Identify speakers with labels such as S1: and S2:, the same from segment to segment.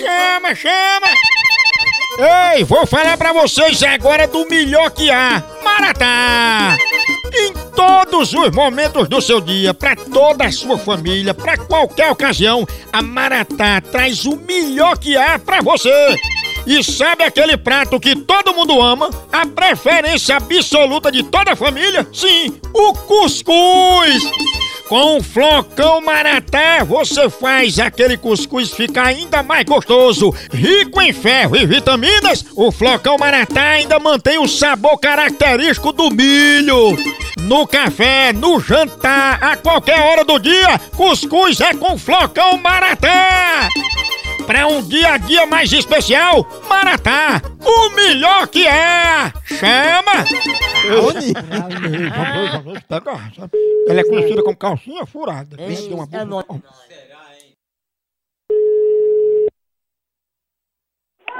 S1: chama, chama! Ei, vou falar pra vocês agora do melhor que há: Maratá! Em todos os momentos do seu dia, pra toda a sua família, pra qualquer ocasião, a Maratá traz o melhor que há pra você! E sabe aquele prato que todo mundo ama? A preferência absoluta de toda a família? Sim, o cuscuz! Com o flocão maratá, você faz aquele cuscuz ficar ainda mais gostoso. Rico em ferro e vitaminas, o flocão maratá ainda mantém o sabor característico do milho. No café, no jantar, a qualquer hora do dia, cuscuz é com flocão maratá. Para um dia a dia mais especial, Maratá, o melhor que é! Chama! Ela é conhecida como calcinha furada. Tem uma boca-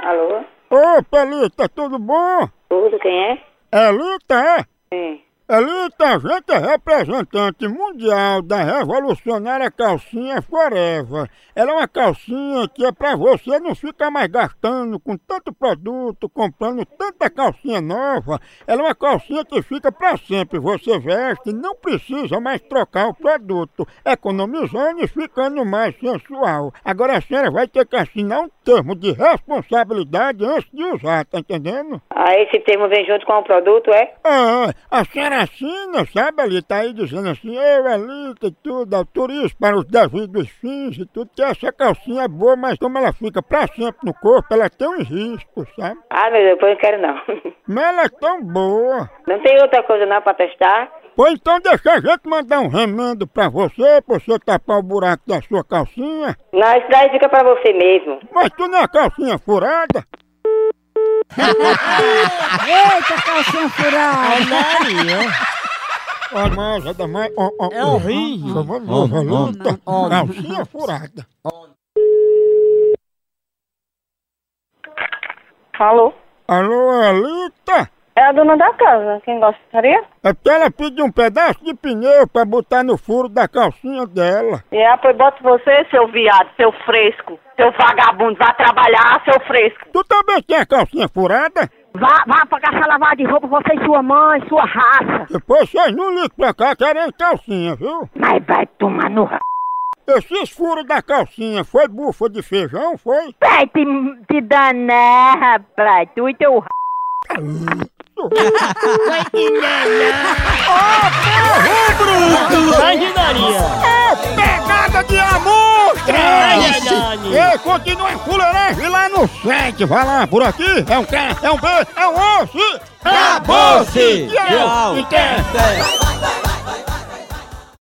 S2: Alô?
S1: Ô, Pelita, tudo bom?
S2: Tudo, quem é?
S1: Elita, é?
S2: Sim.
S1: Elita, a gente é representante mundial da revolucionária calcinha Forever. Ela é uma calcinha que é pra você não ficar mais gastando com tanto produto, comprando tanta calcinha nova. Ela é uma calcinha que fica pra sempre. Você veste e não precisa mais trocar o produto, economizando e ficando mais sensual. Agora a senhora vai ter que assinar um termo de responsabilidade antes de usar, tá entendendo?
S2: Ah, esse termo vem junto com o produto, é?
S1: Ah, a senhora assina, sabe, ali tá aí dizendo assim, eu, Alita e tudo, autorizo para os devidos fins e tudo, que essa calcinha é boa, mas como ela fica pra sempre no corpo, ela tem uns riscos, sabe?
S2: Ah, meu Deus, depois eu não quero não.
S1: Mas ela é tão boa.
S2: Não tem outra coisa não pra testar?
S1: Pois então deixa a gente mandar um remendo pra você, pra você tapar o buraco da sua calcinha.
S2: Não, isso daí fica pra você mesmo.
S1: Mas tu não é calcinha furada? Ó, mas, é da mais... Ó, ó, é horrível. Calcinha furada.
S2: Alô?
S1: Alô, Alita?
S2: É a dona da casa, quem gostaria?
S1: É porque ela pediu um pedaço de pneu pra botar no furo da calcinha dela.
S2: E aí, pois bota você, seu viado, seu fresco, seu vagabundo, vá trabalhar, seu fresco.
S1: Tu também tem a calcinha furada?
S3: Vá, vá pra caça lavar de roupa, você e sua mãe, sua raça.
S1: Depois vocês não ligam pra cá querendo calcinha, viu?
S3: Mas vai tomar no r...
S1: Esses furos da calcinha foi bufa de feijão, foi?
S3: Vai te, te danar, rapaz. Tu e teu r...
S1: É pegada de amostra! Ei, continua a fuleiragem lá no site. Vai lá, por aqui. É um K, é um B, é um osso.
S4: Acabou-se!
S1: Tchau!
S4: Tchau!